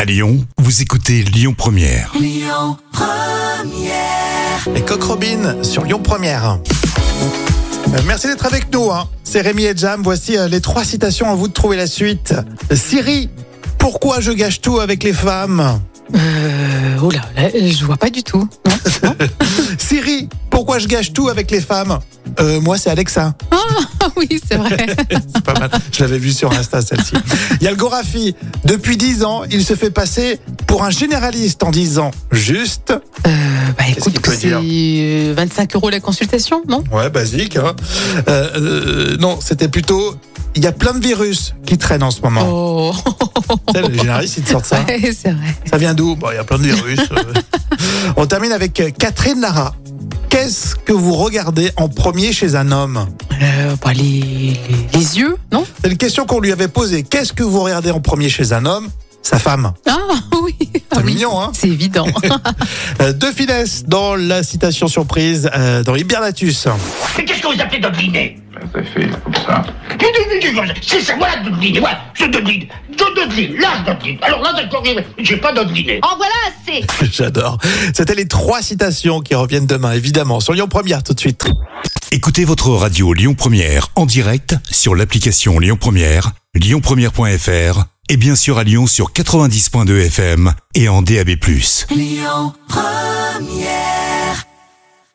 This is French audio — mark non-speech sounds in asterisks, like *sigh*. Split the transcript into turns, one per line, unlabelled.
À Lyon, vous écoutez Lyon Première.
Et Coq Robin sur Lyon Première. Euh, Merci d'être avec nous. hein. C'est Rémi et Jam. Voici euh, les trois citations. À vous de trouver la suite. Siri, pourquoi je gâche tout avec les femmes
Euh, oh là, là, je vois pas du tout. Non
Siri, pourquoi je gâche tout avec les femmes Euh, Moi, c'est Alexa.
*laughs* Ah oui, c'est vrai.
C'est pas mal. Je l'avais vu sur Insta, celle-ci. Il y a le Gorafi. Depuis 10 ans, il se fait passer pour un généraliste en disant juste.
Euh, bah écoute,
qu'il
que
peut
c'est
dire
euh, 25 euros la consultation, non
Ouais, basique. hein. Euh, euh, non, c'était plutôt. Il y a plein de virus qui traînent en ce moment.
Oh,
Tu sais, le généraliste, il te sort ça.
ouais, c'est vrai.
Ça vient d'où Bon, Il y a plein de virus. euh.
*laughs*
On termine avec euh, Catherine Lara. Qu'est-ce que vous regardez en premier chez un homme
Euh, bah, les, les- les yeux, non
C'est une question qu'on lui avait posée. Qu'est-ce que vous regardez en premier chez un homme Sa femme.
Ah *laughs* oui, ah,
C'est
oui.
mignon, hein
C'est évident.
Euh, De finesse dans la citation surprise euh, dans Hibernatus.
Mais qu'est-ce que vous appelez dodelinée
Ça fait comme ça.
C'est ça, voilà dodelinée, voilà, je dodeline, je dodeline, là je dodeline. Alors là, d'accord, j'ai pas dodeliné.
En voilà assez
*laughs* J'adore. C'était les trois citations qui reviennent demain, évidemment, sur Lyon Première tout de suite.
Écoutez votre radio Lyon Première en direct sur l'application Lyon Première, lyonpremière.fr et bien sûr à Lyon sur 90.2 FM et en DAB+.